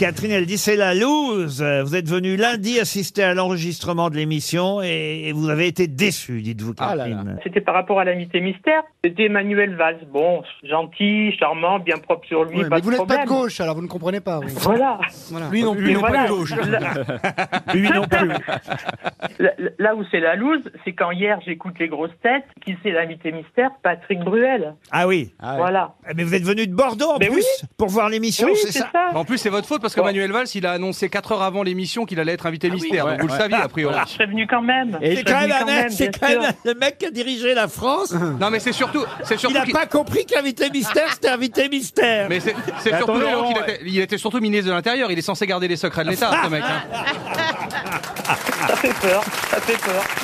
Catherine, elle dit c'est la loose. Vous êtes venu lundi assister à l'enregistrement de l'émission et, et vous avez été déçu, dites-vous, Ah là là. Catherine. C'était par rapport à l'invité mystère. C'était Emmanuel Valls. Bon, gentil, charmant, bien propre sur lui. Ouais, pas mais de vous n'êtes problème. pas de gauche, alors vous ne comprenez pas. vous. Voilà. Voilà. Lui non Et plus, il n'est Euh, voilà. pas de gauche. Là, Lui non plus. là- là où c'est la loose, c'est quand hier j'écoute les grosses têtes. Qui c'est l'invité mystère Patrick Bruel. Ah oui. Ah ouais. Voilà. Mais vous êtes venu de Bordeaux en Mais plus pour voir l'émission, Oui, c'est ça En plus, c'est votre faute parce que Bon. Manuel Valls, il a annoncé 4 heures avant l'émission qu'il allait être invité mystère. donc vous le saviez, a priori. Je serais venu quand même. C'est quand même, un quand même, mec, c'est bien quand sûr. même le mec qui a dirigé la France. Non, mais c'est surtout. C'est Il surtout n'a qu'il- pas compris qu'invité mystère, c'était invité mystère. Mais c'est c'est surtout attendez, Laurent Laurent, qu'il était, il était surtout ministre de l'Intérieur. Il est censé garder les secrets de l'État, ce mec. hein. Ça fait peur. Ça fait peur.